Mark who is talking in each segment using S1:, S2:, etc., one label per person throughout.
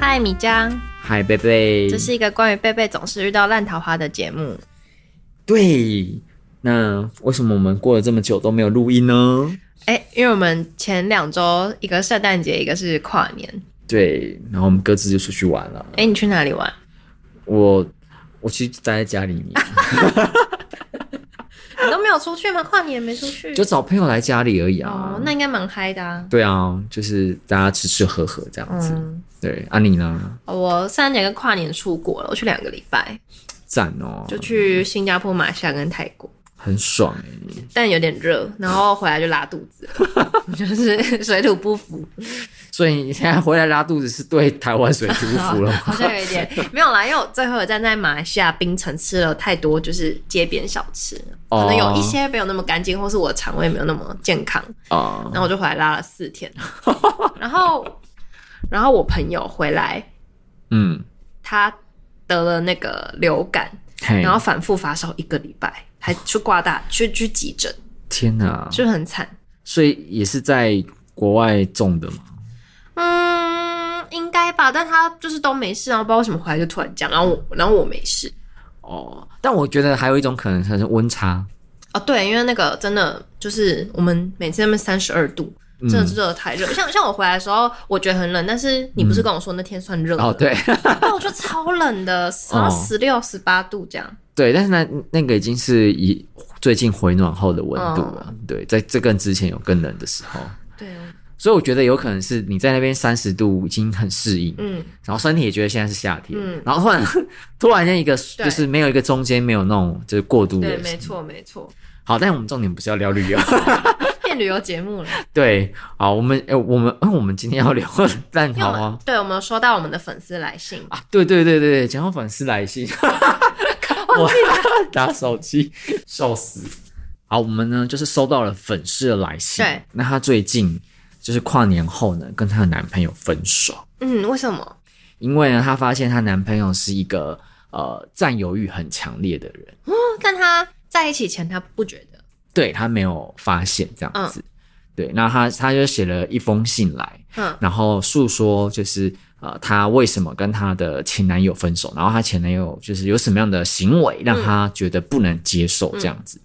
S1: 嗨，米江，
S2: 嗨，贝贝，
S1: 这是一个关于贝贝总是遇到烂桃花的节目。
S2: 对。那为什么我们过了这么久都没有录音呢？
S1: 哎、因为我们前两周一个圣诞节，一个是跨年。
S2: 对，然后我们各自就出去玩了。
S1: 哎、你去哪里玩？
S2: 我我其实就待在家里 面，
S1: 你都没有出去吗？跨年没出去？
S2: 就找朋友来家里而已啊。
S1: 哦，那应该蛮嗨的啊。
S2: 对啊，就是大家吃吃喝喝这样子。
S1: 嗯，
S2: 对，啊你呢？
S1: 我圣诞节跟跨年出国了，我去两个礼拜，
S2: 赞哦，
S1: 就去新加坡、马来西亚跟泰国，
S2: 很爽哎、
S1: 但有点热，然后回来就拉肚子， 就是水土不服。
S2: 所以你现在回来拉肚子是对台湾水 土不服了吗？
S1: 好像有一点没有啦，因为我最后有站在马来西亚槟城吃了太多就是街边小吃，
S2: 哦
S1: 可能有一些没有那么干净，或是我肠胃没有那么健康，
S2: 啊、
S1: 然后我就回来拉了四天，然后然后我朋友回来，
S2: 嗯，
S1: 他得了那个流感，
S2: 嘿
S1: 然，后反复发烧一个礼拜，还去挂大去去急诊，
S2: 天哪，
S1: 就很惨。
S2: 所以也是在国外种的嘛。
S1: 嗯，应该吧，但他就是都没事，然后啊不知道为什么回来就突然这样，然后我然后我没事。
S2: 哦，但我觉得还有一种可能是温差，
S1: 哦，对，因为那个真的就是我们每次那边三十二度，
S2: 嗯
S1: 真的是热得太热。像像我回来的时候，我觉得很冷，但是你不是跟我说那天算热的？
S2: 嗯 哦， 对哦
S1: 对，我觉得超冷 的，好像十六、十八度这样。
S2: 对，但是那那个已经是以最近回暖后的温度了，
S1: 嗯
S2: 对，在这更之前有更冷的时候，
S1: 对，哦
S2: 所以我觉得有可能是你在那边三十度已经很适应，
S1: 嗯，
S2: 然后身体也觉得现在是夏天，
S1: 嗯
S2: 然后突然突然间一个
S1: 对
S2: 就是没有一个中间没有那种嗯就是过渡
S1: 对，
S2: 的，
S1: 没错，没错，
S2: 好，但我们重点不是要聊旅游，
S1: 变旅游节目了。
S2: 对，好，我们哎、我们哎、我们今天要聊 蛋
S1: 因
S2: 啊
S1: 为
S2: 桃
S1: 我们
S2: 花。
S1: 对我们有收到我们的粉丝来信，
S2: 啊，对对对对对，讲到粉丝来信，我打手机，笑死。好，我们呢就是收到了粉丝的来信，
S1: 对，
S2: 那她最近就是跨年后呢，跟她的男朋友分手，
S1: 嗯，为什么？
S2: 因为呢她发现她男朋友是一个呃占有欲很强烈的人，
S1: 嗯但他在一起前他不觉得，
S2: 对她没有发现这样子，对，那她她就写了一封信来，
S1: 嗯
S2: 然后诉说就是呃，她为什么跟她的前男友分手，然后她前男友就是有什么样的行为让她觉得不能接受这样子。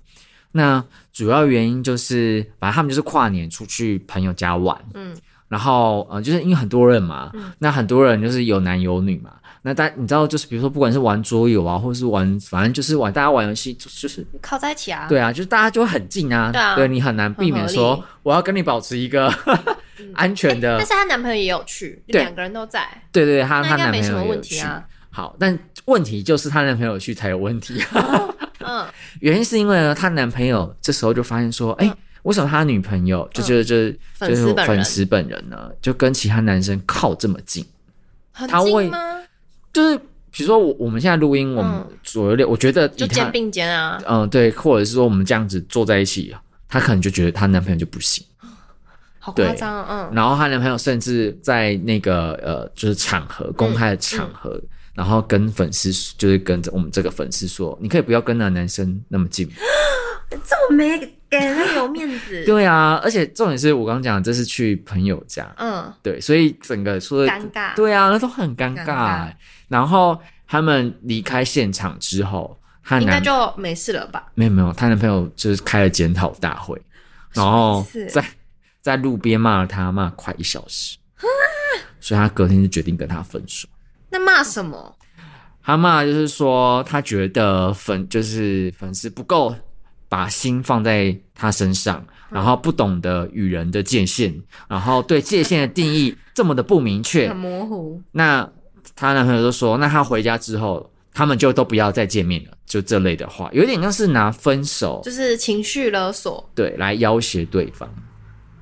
S2: 那主要原因就是，反正他们就是跨年出去朋友家玩，
S1: 嗯
S2: 然后呃，就是因为很多人嘛，那很多人就是有男有女嘛。那大你知道，就是比如说，不管是玩桌游啊，或者是玩，反正就是玩，大家玩游戏就就是
S1: 靠在一起啊，
S2: 对啊，就是大家就会很近啊，
S1: 对啊
S2: 你很难避免
S1: 很合理嗯
S2: 说我要跟你保持一个 安全的。
S1: 但是她男朋友也有去，
S2: 对
S1: 两个人都在，
S2: 对对，她
S1: 那
S2: 她
S1: 应
S2: 男
S1: 该
S2: 朋
S1: 没
S2: 友
S1: 什么
S2: 也
S1: 问
S2: 有
S1: 题
S2: 去。
S1: 啊。
S2: 好，但问题就是她男朋友去才有问题，
S1: 嗯，
S2: 原因是因为呢，她男朋友这时候就发现说，哎、为什么她女朋友就就是就是
S1: 嗯粉
S2: 就是
S1: 丝本人
S2: 粉丝本人呢，就跟其他男生靠这么近？
S1: 很
S2: 他会
S1: 近吗？
S2: 就是比如说我我们现在录音，我们
S1: 嗯
S2: 左右六，我觉得
S1: 就
S2: 以
S1: 肩
S2: 她
S1: 并肩啊，
S2: 嗯、对，或者是说我们这样子坐在一起，她可能就觉得她男朋友就不行。
S1: 好
S2: 对
S1: 夸张哦，嗯，
S2: 然后她男朋友甚至在那个呃，就是场合
S1: 嗯
S2: 公开的场合，然后跟粉丝就是跟着我们这个粉丝说，你可以不要跟那个男生那么近吗。
S1: 这么没给人有面子，
S2: 对啊，而且重点是我刚刚讲这是去朋友家，
S1: 嗯，
S2: 对，所以整个说
S1: 尴尬
S2: 对啊，那都很尴尬。
S1: 尴尬
S2: 然后他们离开现场之后，她
S1: 应该
S2: 男
S1: 就没事了吧？
S2: 没有没有，她男朋友就是开了检讨大会，然后
S1: 什么意思
S2: 在在路边骂了她骂快一小时，所以她隔天就决定跟她分手。
S1: 那骂什么？
S2: 她骂就是说，她觉得粉就是粉丝不够把心放在她身上，然后不懂得与人的界限，然后对界限的定义这么的不明确
S1: 很。模糊，
S2: 那她男朋友就说，那她回家之后，他们就都不要再见面了，就这类的话，有点像是拿分手
S1: 就是情绪勒索。
S2: 对，来要挟对方。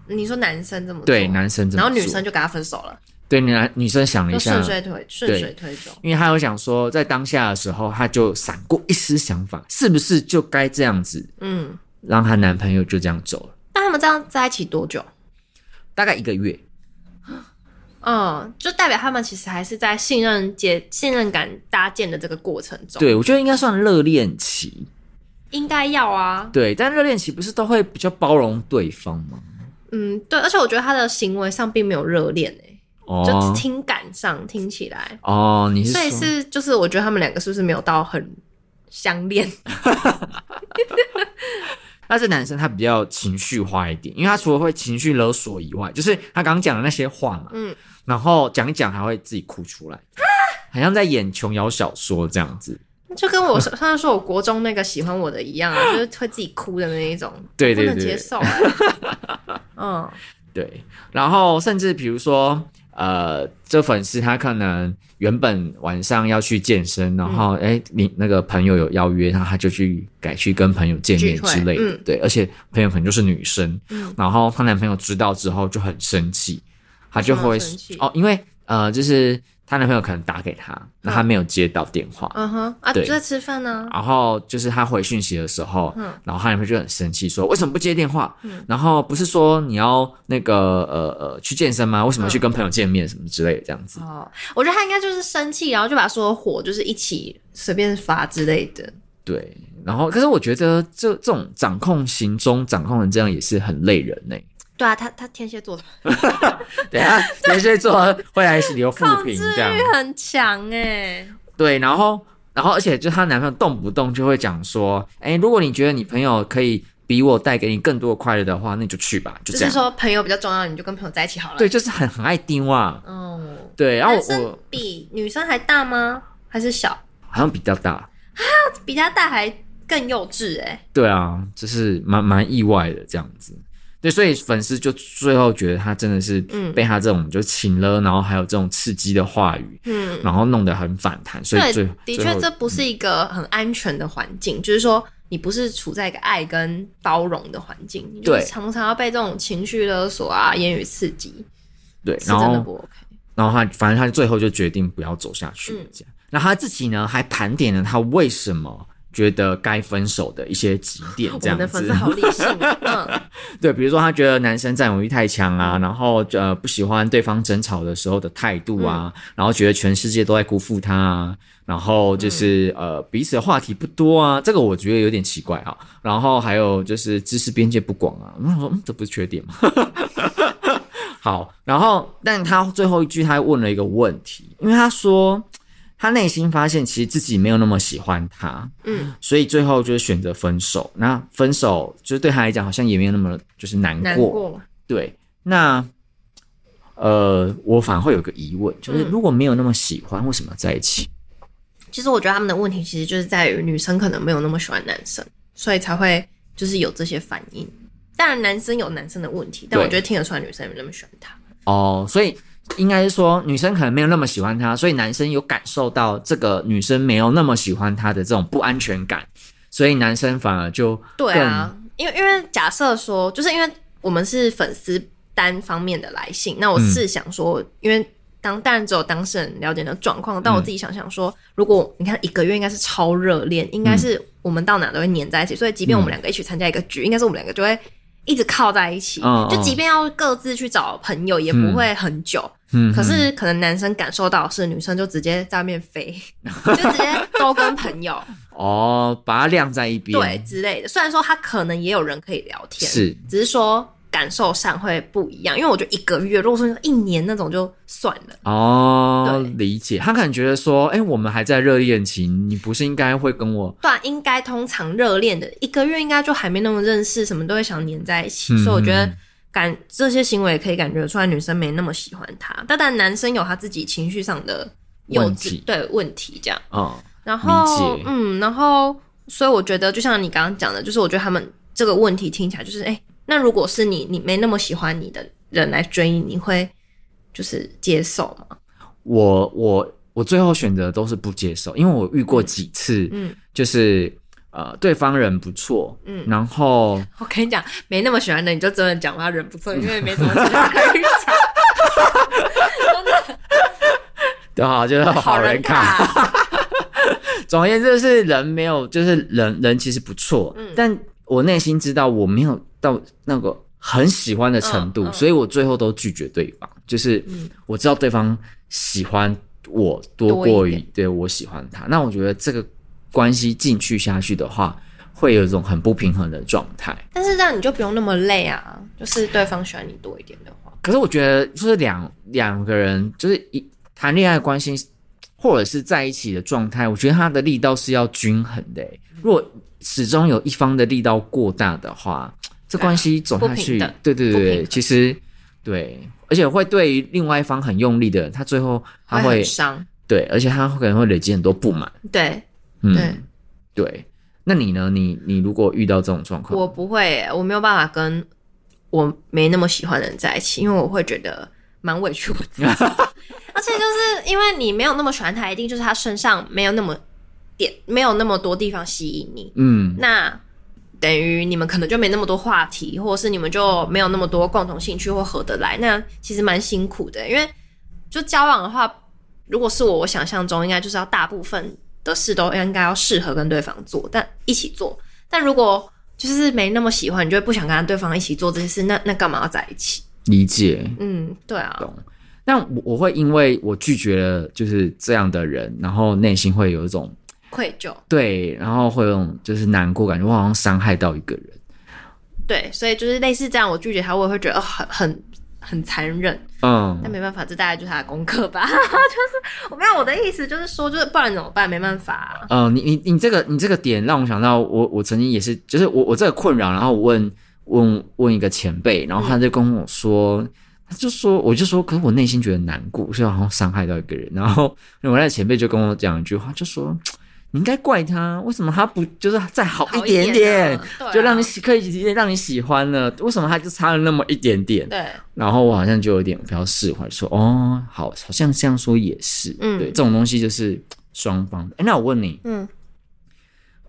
S1: 你说男生这么做
S2: 对，男生这么
S1: 然
S2: 做啊
S1: 后女生就跟他分手了，
S2: 对男女生想了一
S1: 就
S2: 下
S1: 顺，水推顺水推舟。
S2: 因为她有想说，在当下的时候，她就闪过一丝想法，是不是就该这样子，
S1: 嗯，
S2: 让她男朋友就这样走了？
S1: 那他们这样在一起多久？
S2: 大概一个月，
S1: 嗯，就代表他们其实还是在信任结信任感搭建的这个过程中，
S2: 对我觉得应该算热恋期。
S1: 应该要啊。
S2: 对，但热恋期不是都会比较包容对方吗？
S1: 嗯，对，而且我觉得他的行为上并没有热恋诶、就
S2: 哦
S1: 听感上听起来，
S2: 哦，你是
S1: 所以
S2: 说
S1: 是就是我觉得他们两个是不是没有到很相 恋？
S2: 但是男生他比较情绪化一点，因为他除了会情绪勒索以外，就是他刚刚讲的那些话嘛，
S1: 嗯
S2: 然后讲一讲还会自己哭出来，好像在演琼瑶小说这样子。
S1: 就跟我上上次说我国中那个喜欢我的一样啊，就是会自己哭的那一种，
S2: 对对
S1: 不能接
S2: 对
S1: 受、欸。 嗯，
S2: 对，然后甚至比如说，呃，这粉丝他可能原本晚上要去健身，然后
S1: 嗯
S2: 哎、诶你那个朋友有邀约他，他就去改去跟朋友见面
S1: 聚会
S2: 之类的。
S1: 嗯
S2: 对，而且朋友可能就是女生，
S1: 嗯
S2: 然后她男朋友知道之后就很生气，她就会
S1: 为什么生气
S2: 哦，因为呃，就是她男朋友可能打给她，那她没有接到电话，
S1: 嗯哼，啊，
S2: 对
S1: 就在吃饭呢、
S2: 然后就是她回讯息的时候，
S1: 嗯
S2: 然后她男朋友就很生气，说为什么不接电话？然后不是说你要那个呃呃去健身吗？
S1: 嗯
S2: 为什么去跟朋友见面什么之类的这样子？
S1: 哦，我觉得他应该就是生气，然后就把所有火就是一起随便发之类的。
S2: 对，然后可是我觉得这这种掌控型中掌控人这样也是很累人呢、啊
S1: 对啊，他他天蝎座的
S2: 等一 下，天蝎座会来留负
S1: 控
S2: 评
S1: 制
S2: 这样。
S1: 欲很强哎、欸，
S2: 对，然后然后而且就她男朋友动不动就会讲说，哎，如果你觉得你朋友可以比我带给你更多的快乐的话，那你就去吧，就
S1: 就是
S2: 这样。
S1: 说朋友比较重要，你就跟朋友在一起好了。
S2: 对，，就是很很爱丢啊。
S1: 哦，
S2: 对，然后
S1: 男
S2: 我
S1: 生
S2: 我
S1: 比女生还大吗？还是小？
S2: 好像比较大。
S1: 比他大还更幼稚哎、欸。
S2: 对啊，就是蛮蛮意外的这样子。对，所以粉丝就最后觉得他真的是
S1: 嗯
S2: 被他这种就请了，然后还有这种刺激的话语，
S1: 嗯，
S2: 然后弄得很反弹，所以最
S1: 对，的
S2: 最
S1: 确
S2: 后
S1: 这不是一个很安全的环境，就是说你不是处在一个爱跟包容的环境，你就是
S2: 对
S1: 常常要被这种情绪勒索啊、言语刺激，
S2: 对，
S1: 是
S2: 然
S1: 真的
S2: 后
S1: 不 OK。
S2: 然后他反正他最后就决定不要走下去了
S1: 嗯
S2: 这样。那他自己呢还盘点了他为什么觉得该分手的一些几点，
S1: 我
S2: 这
S1: 们
S2: 样
S1: 的粉丝
S2: 子。
S1: 好理性啊，嗯，
S2: 对，比如说他觉得男生占有欲太强啊，然后呃不喜欢对方争吵的时候的态度啊，然后觉得全世界都在辜负他啊，然后就是、
S1: 嗯
S2: 呃彼此的话题不多啊，这个我觉得有点奇怪啊。然后还有就是知识边界不广啊，我想说嗯这不是缺点吗？ 好，然后但他最后一句他问了一个问题，因为他说他内心发现其实自己没有那么喜欢他，
S1: 嗯，
S2: 所以最后就是选择分手。那分手就是对他来讲好像也没有那么就是难过，
S1: 难 过，
S2: 对。那呃，我反而会有个疑问，就是
S1: 嗯
S2: 如果没有那么喜欢，为什么要在一起？
S1: 其实我觉得他们的问题其实就是在于女生可能没有那么喜欢男生，所以才会就是有这些反应。当然，男生有男生的问题，但
S2: 对
S1: 我觉得听得出来女生有没有那么喜欢他。
S2: 哦，所以应该是说女生可能没有那么喜欢他，所以男生有感受到这个女生没有那么喜欢他的这种不安全感，所以男生反而就
S1: 对啊，因为因为假设说，就是因为我们是粉丝单方面的来信，那我
S2: 嗯
S1: 是想说，因为当当然只有当事人了解你的状况，但我自己想想说，如果你看一个月应该是超热恋，应该
S2: 嗯
S1: 是我们到哪都会黏在一起，所以即便我们两个一起参加一个局，应该是我们两个就会。一直靠在一起，
S2: 嗯
S1: 就即便要各自去找朋友，也不会很久。
S2: 更，嗯，
S1: 可是可能男生感受到是女生就直接在外面飞， 就直接都跟朋友。
S2: 哦，把它晾在一边，
S1: 对，之类的。虽然说他可能也有人可以聊天，
S2: 是
S1: 只是说感受上会不一样。因为我觉得一个月，如果说一年那种就算了，
S2: 哦
S1: 对，
S2: 理解。他可能觉得说，哎、我们还在热恋期，你不是应该会跟我？
S1: 对、啊，应该通常热恋的一个月应该就还没那么认识，什么都会想黏在一起，
S2: 嗯
S1: 所以我觉得。感这些行为可以感觉出来，女生没那么喜欢他，但但男生有他自己情绪上的幼
S2: 问
S1: 稚
S2: 题
S1: 对问题这样。
S2: 嗯，
S1: 然后
S2: 理解，
S1: 嗯，然后，所以我觉得，就像你刚刚讲的，就是我觉得他们这个问题听起来就是，哎，那如果是你，你没那么喜欢你的人来追你，你会就是接受吗？
S2: 我我我最后选择都是不接受，因为我遇过几次，
S1: 嗯
S2: 就是呃，对方人不错，
S1: 嗯
S2: 然后
S1: 我跟你讲，没那么喜欢的，你就真的讲他人不错，因为没什么其他可以讲。
S2: 对啊，就是好人 卡。
S1: 卡，
S2: 总而言之，就是人没有，就是人人其实不错，
S1: 嗯
S2: 但我内心知道我没有到那个很喜欢的程
S1: 嗯
S2: 度，
S1: 嗯嗯
S2: 所以我最后都拒绝对方。就是我知道对方喜欢我多过
S1: 多一
S2: 于
S1: 点
S2: 对我喜欢他，那我觉得这个关系进去下去的话，会有一种很不平衡的状态。
S1: 但是这样你就不用那么累啊，就是对方喜欢你多一点的话，
S2: 可是我觉得，就是两两个人就是一谈恋爱关系，或者是在一起的状态，我觉得他的力道是要均衡的欸、
S1: 嗯
S2: 如果始终有一方的力道过大的话，这
S1: 对啊
S2: 关系走
S1: 不
S2: 下
S1: 平
S2: 去
S1: 等，
S2: 对对
S1: 不平
S2: 对对，
S1: 衡
S2: 其实对，而且会对于另外一方很用力的人，他最后他
S1: 会
S2: 会
S1: 很伤。
S2: 对，而且他可能会累积很多不满。
S1: 对
S2: 嗯，
S1: 对，
S2: 对那你呢？你你如果遇到这种状况，
S1: 我不会，我没有办法跟我没那么喜欢的人在一起，因为我会觉得蛮委屈我 自己。而且就是因为你没有那么喜欢他，一定就是他身上没有那么点，没有那么多地方吸引你。
S2: 嗯
S1: 那等于你们可能就没那么多话题，或者是你们就没有那么多共同兴趣或合得来，那其实蛮辛苦的。因为就交往的话，如果是我，我想象中应该就是要大部分的事都应该要适合跟对方做，但一起做。但如果就是没那么喜欢，你就会不想跟对方一起做这些事，那那干嘛要在一起？
S2: 理解。
S1: 嗯，对啊，
S2: 但我我会因为我拒绝了就是这样的人，然后内心会有一种
S1: 愧疚，
S2: 对，然后会有一种就是难过感觉，我好像伤害到一个人。
S1: 对，所以就是类似这样，我拒绝他，我也会觉得、哦、很很很残忍。
S2: 嗯
S1: 那，没办法，这大概就是他的功课吧。 就是我没有我的意思，就是说，就是不然怎么办？没办法啊、
S2: 呃，你你你这个你这个点让我想到我我曾经也是，就是我我这个困扰，然后我问问问一个前辈，然后他就跟我说，他就说我就说，可是我内心觉得难过，所以好像伤害到一个人。然后我那个前辈就跟我讲一句话，就说你应该怪他，为什么他不就是再好一点
S1: 点
S2: 点，嗯
S1: 啊，对啊
S2: 就让你喜可以直接让你喜欢了，为什么他就差了那么一点点？
S1: 对
S2: 然后我好像就有点比较释怀，说哦，好，好像这样说也是，
S1: 嗯
S2: 对，这种东西就是双方的。哎，那我问你，
S1: 嗯，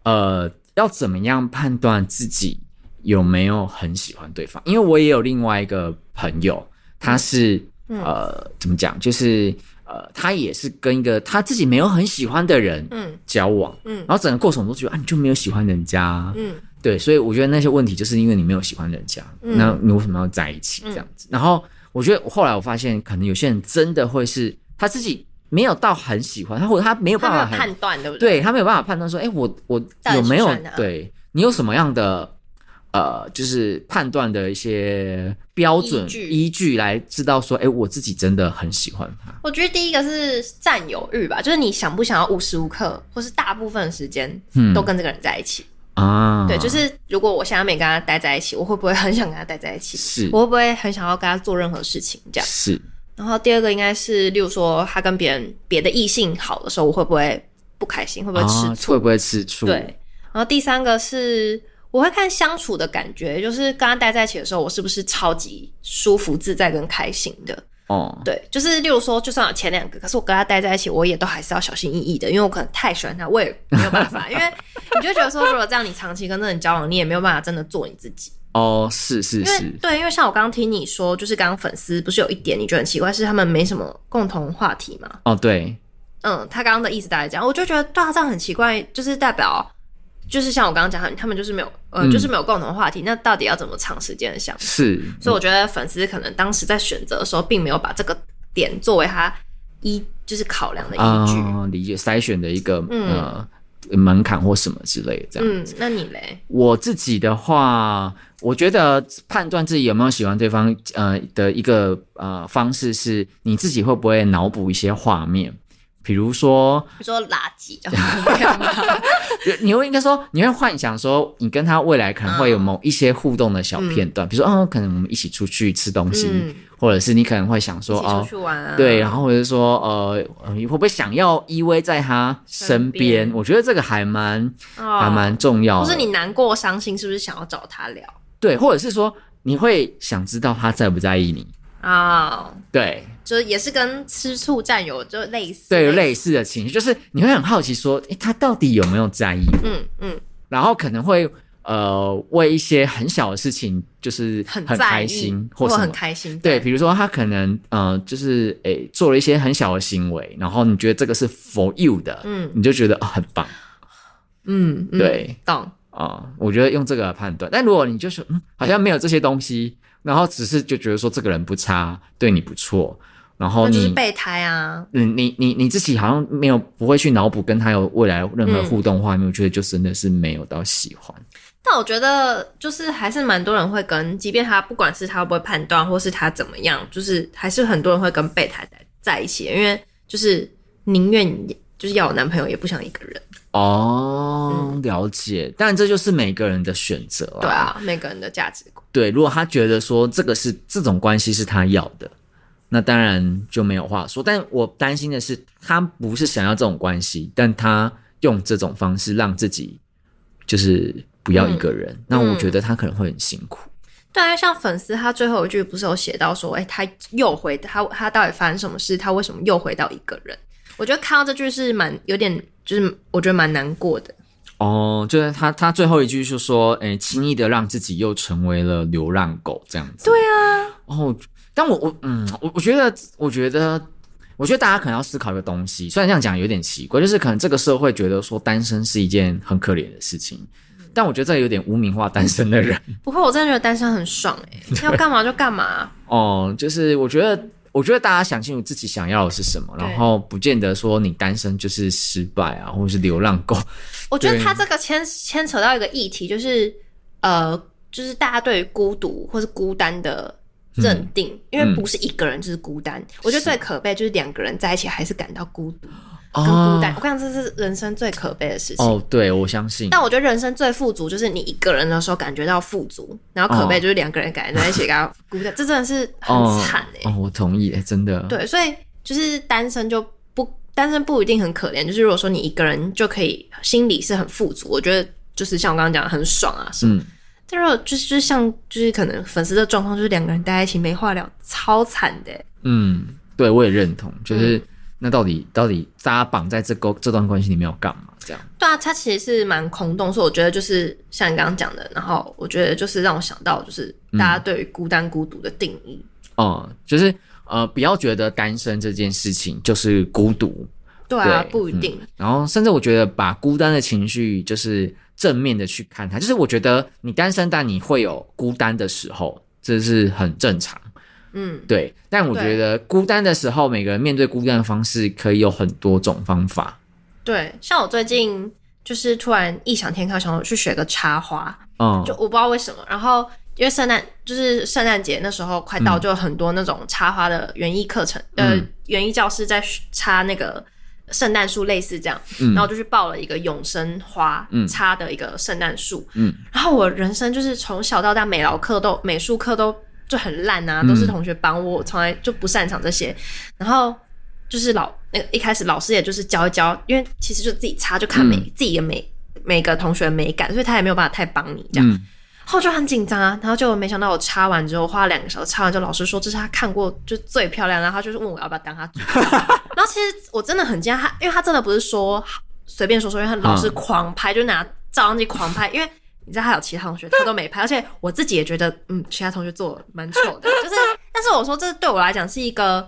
S2: 呃，要怎么样判断自己有没有很喜欢对方？因为我也有另外一个朋友，他是、
S1: 嗯
S2: 呃，怎么讲，就是呃，他也是跟一个他自己没有很喜欢的人
S1: 嗯
S2: 交往，
S1: 嗯
S2: 然后整个过程我都觉得啊，你就没有喜欢人家啊、
S1: 嗯
S2: 对，所以我觉得那些问题就是因为你没有喜欢人家，
S1: 嗯
S2: 那你为什么要在一起这样子？然后我觉得后来我发现，可能有些人真的会是他自己没有到很喜欢他，或者他没哦有
S1: 他
S2: 办
S1: 没有
S2: 法很
S1: 判断，对不？
S2: 对他没有办法判断说，哎、我我
S1: 到底
S2: 有
S1: 是啊
S2: 没有
S1: 不是呢
S2: 对你有什么样的呃，就是判断的一些标准
S1: 依据
S2: 来知道说，哎、我自己真的很喜欢他。
S1: 我觉得第一个是占有欲吧，就是你想不想要无时无刻，或是大部分时间
S2: 嗯
S1: 都跟这个人在一起。
S2: 啊，
S1: 对，就是如果我现在没跟他待在一起，我会不会很想跟他待在一起？
S2: 是
S1: 我会不会很想要跟他做任何事情？这样。
S2: 是
S1: 然后第二个应该是，例如说他跟别人别的异性好的时候，我会不会不开心？会不会吃
S2: 啊，会不会吃醋？
S1: 对，，然后第三个是我会看相处的感觉，就是跟他待在一起的时候，我是不是超级舒服、自在跟开心的？
S2: 哦，
S1: 对，就是例如说，就算有前两个，可是我跟他待在一起，我也都还是要小心翼翼的，因为我可能太喜欢他，我也没有办法，因为你就觉得说，如果这样你长期跟这人交往，你也没有办法真的做你自己。
S2: 哦，是是
S1: 因为
S2: 是，
S1: 对，因为像我刚刚听你说，就是刚刚粉丝不是有一点你觉得很奇怪，是他们没什么共同话题嘛？
S2: 哦，对，
S1: 嗯，他刚刚的意思大概这样，我就觉得对啊，这样很奇怪，就是代表，就是像我刚刚讲的，他们就是没有，呃，
S2: 嗯
S1: 就是没有共同话题，那到底要怎么长时间的相处？
S2: 是，
S1: 所以我觉得粉丝可能当时在选择的时候，并没有把这个点作为他依就是考量的依
S2: 啊、
S1: 据。
S2: 理解筛选的一个、
S1: 嗯
S2: 呃门槛或什么之类的这样。
S1: 嗯，那你嘞？
S2: 我自己的话，我觉得判断自己有没有喜欢对方，呃的一个呃方式是，你自己会不会脑补一些画面，比如说，
S1: 你说垃圾， 没有
S2: 啊
S1: 吗
S2: 你会应该说，你会幻想说，你跟他未来可能会有某一些互动的小片段，比如说，哦，可能我们一起出去吃东西，
S1: 嗯
S2: 或者是你可能会想
S1: 一
S2: 说，
S1: 起出
S2: 哦。
S1: 去玩啊？
S2: 对，然后或者说，呃，呃你会不会想要依偎在他身
S1: 身边
S2: 边？我觉得这个还蛮、
S1: 哦
S2: 还蛮重要
S1: 不
S2: 的。
S1: 是你难过、伤心，是不是想要找他聊
S2: 对，或者是说你会想知道他在不在意你，
S1: 啊、
S2: 对
S1: 就是也是跟吃醋占有就类似，
S2: 对，类似的情绪，就是你会很好奇说，诶，他到底有没有在意我？
S1: 嗯嗯，
S2: 然后可能会呃为一些很小的事情就是
S1: 很在
S2: 开
S1: 意
S2: 心
S1: 或
S2: 什
S1: 很
S2: 么。
S1: 开心，
S2: 对，比如说他可能呃，就是诶做了一些很小的行为，然后你觉得这个是 for you 的，
S1: 嗯
S2: 你就觉得、哦、很棒
S1: 嗯，嗯
S2: 对，
S1: 懂。
S2: 啊、我觉得用这个来判断。但如果你就是嗯，好像没有这些东西，然后只是就觉得说这个人不差，对你不错，然后
S1: 那
S2: 你
S1: 就是备胎啊，
S2: 你你你你自己好像
S1: 嗯
S2: 没有不会去脑补跟他有未来任何互动画面，我觉得就真的是没有到喜欢。
S1: 但我觉得就是还是蛮多人会跟，即便他不管是他会不会判断，或是他怎么样，就是还是很多人会跟备胎在在一起，因为就是宁愿就是要有男朋友，也不想一个人。
S2: 哦，了解。但这就是每个人的选择啦。
S1: 嗯对啊，每个人的价值观。
S2: 对，如果他觉得说这个是这种关系是他要的，那当然就没有话说。但我担心的是，他不是想要这种关系，但他用这种方式让自己就是不要一个人，那我觉得他可能会很辛苦。
S1: 对啊，像粉丝他最后一句不是有写到说，哎、他又回他他到底发生什么事？他为什么又回到一个人？我觉得看到这句是蛮有点，就是我觉得蛮难过的。
S2: 哦，就是他他最后一句就说，诶、轻易的让自己又成为了流浪狗这样子。对啊。哦，但我我嗯，我我觉得我觉得我觉得大家可能要思考一个东西，虽然这样讲有点奇怪，就是可能这个社会觉得说单身是一件很可怜的事情，
S1: 嗯
S2: 但我觉得这有点污名化单身 的人。
S1: 不会，我真的觉得单身很爽哎、 要干嘛就干嘛。啊
S2: 哦，就是我觉得，我觉得大家想清楚自己想要的是什么，
S1: 对
S2: 然后不见得说你单身就是失败啊，或者是流浪狗。
S1: 我觉得
S2: 对
S1: 他这个牵牵扯到一个议题，就是呃，就是大家对于孤独或是孤单的认定，因为不是一个人就是孤单。
S2: 嗯
S1: 我觉得最可悲就是两个人在一起还是感到孤独跟孤单。我跟你讲，这是人生最可悲的事情。
S2: 哦，对，我相信。
S1: 但我觉得人生最富足就是你一个人的时候感觉到富足，然后可悲就是两个人感觉在一起感到孤单，这真的是很惨哎、
S2: 哦哦。哦，我同意，哎真的。
S1: 对，所以就是单身就不单身不一定很可怜，就是如果说你一个人就可以心里是很富足，我觉得就是像我刚刚讲的很爽啊什么。
S2: 嗯
S1: 但如果就是就是像就是可能粉丝的状况，就是两个人待在一起没话聊，超惨的欸。
S2: 嗯，对，我也认同，
S1: 嗯
S2: 就是、那到底到底大家绑在这个这段关系里面要干嘛？这样
S1: 对啊，它其实是蛮空洞，所以我觉得就是像你刚刚讲的，然后我觉得就是让我想到就是大家对于孤单孤独的定义，
S2: 哦、就是呃，不要觉得单身这件事情就是孤独，
S1: 对啊，
S2: 对嗯
S1: 不一定，
S2: 然后甚至我觉得把孤单的情绪就是正面的去看它，就是我觉得你单身，但你会有孤单的时候，这是很正常。
S1: 嗯
S2: 对，但我觉得孤单的时候，每个人面对孤单的方式可以有很多种方法。
S1: 对，像我最近就是突然异想天开，想我去学个插花，
S2: 嗯，
S1: 就我不知道为什么。然后因为圣诞就是圣诞节那时候快到，就有很多那种插花的园艺课程，呃
S2: 嗯，
S1: 园艺教师在插那个圣诞树，类似这样。
S2: 嗯
S1: 然后我就去报了一个永生花
S2: 嗯
S1: 插的一个圣诞树。
S2: 嗯，
S1: 然后我人生就是从小到大美劳课都美术课都就很烂啊，
S2: 嗯
S1: 都是同学帮我，我从来就不擅长这些。然后就是老那个一开始老师也就是教一教，因为其实就自己插就看美、自己的美每个同学的美感，所以他也没有办法太帮你这样。
S2: 嗯
S1: 然后我就很紧张啊，然后就没想到我插完之后花了两个小时，插完之后老师说这是他看过就最漂亮，然后他就是问我要不要当他主角。然后其实我真的很惊讶，他因为他真的不是说随便说说，因为他老师狂拍，就拿照相机狂拍，因为你知道他有其他同学他都没拍，而且我自己也觉得嗯其他同学做的蛮丑的，就是但是我说这对我来讲是一个。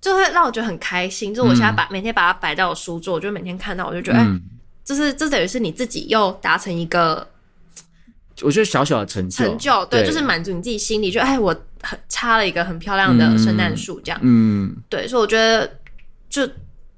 S1: 就会让我觉得很开心，就是我现在把、每天把它摆到我书桌，我就每天看到，我就觉得，哎、
S2: 嗯，
S1: 就是这等于是你自己又达成一个
S2: 我觉得小小的成就，
S1: 成就，对，就是满足你自己心里，就哎，我很插了一个很漂亮的圣诞树，这样，
S2: 嗯，
S1: 对，所以我觉得就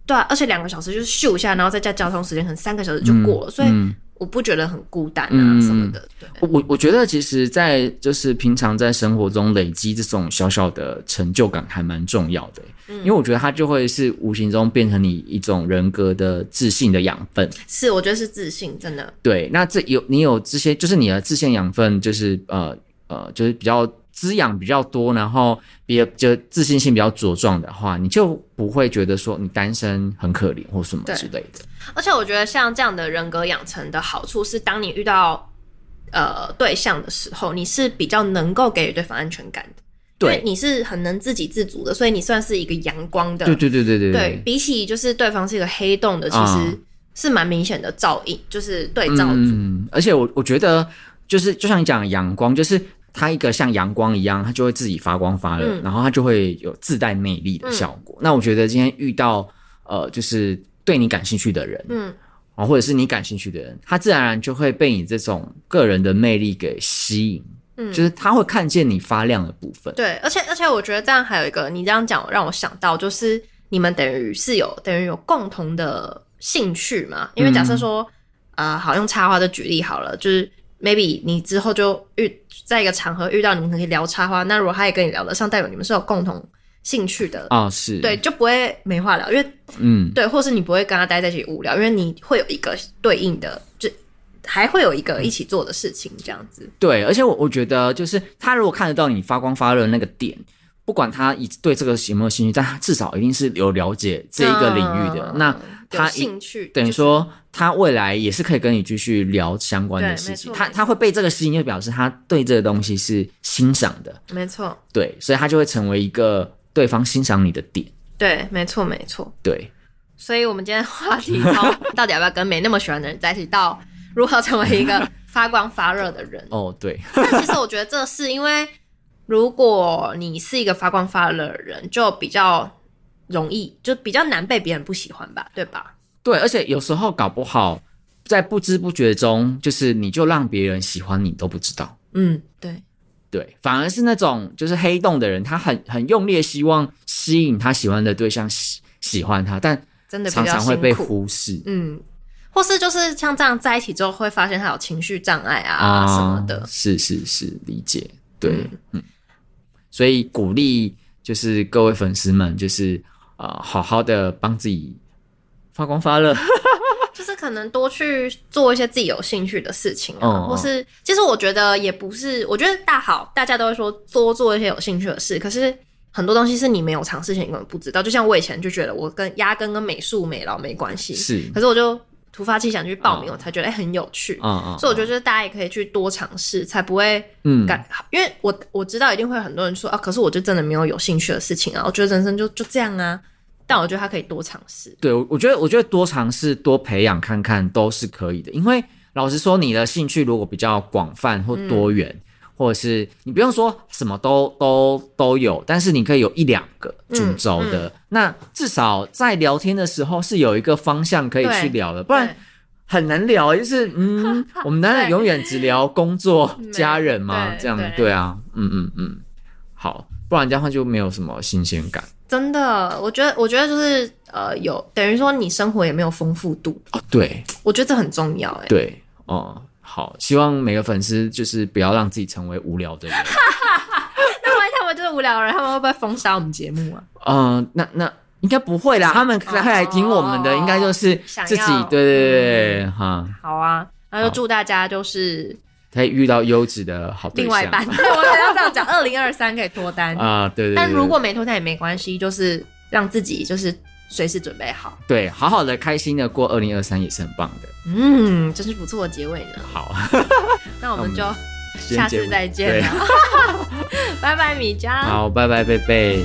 S1: 对、啊，而且两个小时就是咻一下，然后再加交通时间，可能三个小时就过了，所以我不觉得很孤单啊
S2: 嗯
S1: 什么的，对，
S2: 我我我觉得，其实，在就是平常在生活中累积这种小小的成就感，还蛮重要的、
S1: 嗯
S2: 因为我觉得它就会是无形中变成你一种人格的自信的养分。
S1: 是我觉得是自信，真的，
S2: 对，那这有你有这些，就是你的自信养分，就是呃呃，就是比较滋养比较多，然后比较就自信心比较茁壮的话，你就不会觉得说你单身很可怜或什么
S1: 对
S2: 之类的。
S1: 而且我觉得像这样的人格养成的好处是，当你遇到呃对象的时候，你是比较能够给予对方安全感的，因为
S2: 对，
S1: 你是很能自给自足的，所以你算是一个阳光的，
S2: 对对对对对
S1: 对，比起就是对方是一个黑洞的，其实
S2: 嗯
S1: 是蛮明显的照应，就是对照组。
S2: 嗯，而且我我觉得就是就像你讲的阳光，就是它一个像阳光一样，它就会自己发光发热，
S1: 嗯
S2: 然后它就会有自带魅力的效果。那我觉得今天遇到呃，就是对你感兴趣的人，
S1: 嗯，
S2: 啊，或者是你感兴趣的人，他自然而然就会被你这种个人的魅力给吸引，
S1: 嗯
S2: 就是他会看见你发亮的部分。
S1: 对，而且而且我觉得这样还有一个，你这样讲让我想到，就是你们等于是有等于有共
S2: 嗯
S1: 同的兴趣嘛？因为假设说，呃，好用插花的举例好了，就是 maybe 你之后就遇在一个场合遇到你们可以聊插花，那如果他也跟你聊得上，代表你们是有共同兴趣的，
S2: 啊、是，
S1: 对，，就不会没话聊，因为
S2: 嗯，
S1: 对，或是你不会跟他待在一起无聊，因为你会有一个对应的，就还会有一
S2: 嗯
S1: 个一起做的事情这样子。
S2: 对，而且我我觉得就是他如果看得到你发光发热的那个点，不管他一对这个有没有兴趣，但他至少一定是有了解这一个领域的，
S1: 嗯
S2: 那他
S1: 有
S2: 一
S1: 兴趣
S2: 等于
S1: 就是
S2: 说他未来也是可以跟你继续聊相关的
S1: 对
S2: 事
S1: 没
S2: 情，
S1: 错
S2: 他
S1: 没
S2: 他会被这个吸引，就表示他对这个东西是欣赏的，
S1: 没错，
S2: 对，所以他就会成为一个对方欣赏你的点，
S1: 对，没错，没错。
S2: 对，
S1: 所以我们今天的话 题从到底要不要跟没那么喜欢的人在一起，到如何成为一 个发光发热的人。
S2: 哦，对，
S1: 但其实我觉得这是因为，如果你是一个发光发热的人，就比较容易，就比较难被别人不喜欢吧，对吧？
S2: 对，而且有时候搞不好在不知不觉中，就是你就让别人喜欢你都不知道。
S1: 嗯，对，
S2: 对，反而是那种就是黑洞的人，他很很用力的希望吸引他喜欢的对象喜喜欢他，但
S1: 真的比较
S2: 常常会被
S1: 辛苦
S2: 忽视。
S1: 嗯，或是就是像这样在一起之后，会发现他有情绪障碍啊
S2: 啊
S1: 什么的。
S2: 是是是，理解，对，嗯，所以鼓励就是各位粉丝们，就是呃，好好的帮自己发光 发热，
S1: 就是可能多去做一些自己有兴趣的事情啊，
S2: 嗯嗯
S1: 或是其实我觉得也不是，我觉得大好大家都会说多做一些有兴趣的事，可是很多东西是你没有尝试前你根本不知道。就像我以前就觉得我跟压根跟美术美劳没关系，
S2: 是，
S1: 可是我就突发奇想去报名，
S2: 嗯
S1: 我才觉得、哎很有趣。
S2: 嗯嗯，
S1: 所以我觉得就是大家也可以去多尝试，才不会
S2: 嗯，
S1: 感，因为我我知道一定会有很多人说啊，可是我就真的没有有兴趣的事情啊，我觉得人生就就这样啊。但我觉得他可以多尝试，
S2: 对，我我觉得，我觉得多尝试、多培养看看都是可以的。因为老实说，你的兴趣如果比较广泛
S1: 嗯
S2: 或多元，或者是你不用说什么都都都有，但是你可以有一两个
S1: 嗯
S2: 主轴的，那至少在聊天的时候是有一个方向可以
S1: 对
S2: 去聊的，不然
S1: 对
S2: 很难聊。就是 嗯，我们难道
S1: 对
S2: 永远只聊工作、
S1: 没
S2: 家人吗？
S1: 对
S2: 这样
S1: 对
S2: 对啊，嗯嗯嗯，好，不然这样的话就没有什么新鲜感。
S1: 真的，我觉得，我觉得就是呃，有等于说你生活也没有丰富度，
S2: 哦，对，
S1: 我觉得这很重要哎、
S2: 对，哦、好，希望每个粉丝就是不要让自己成为无聊的 人。
S1: 那万一他们就是无聊人，他们会不会封杀我们节目啊？
S2: 嗯、那那应该不会啦，他们会来听我们的，应该就是
S1: 哦想
S2: 自己
S1: 要
S2: 对对对、对哈，
S1: 好啊，那就祝大家就是
S2: 可以遇到优质的好对
S1: 另
S2: 象。
S1: 外一半，对 我才要这样讲，二零二三可以脱单，
S2: 啊、对对对
S1: 嗯但如果没脱单也没关系，就是让自己就是随时准备好。
S2: 对好好的开心的过二零二三也是很棒的。
S1: 嗯，真是不错的结尾呢。
S2: 好，
S1: 那我们就
S2: 先
S1: 下
S2: 结
S1: 次
S2: 尾
S1: 再见
S2: 对
S1: 了，拜拜，米佳。
S2: 好，拜拜，贝贝。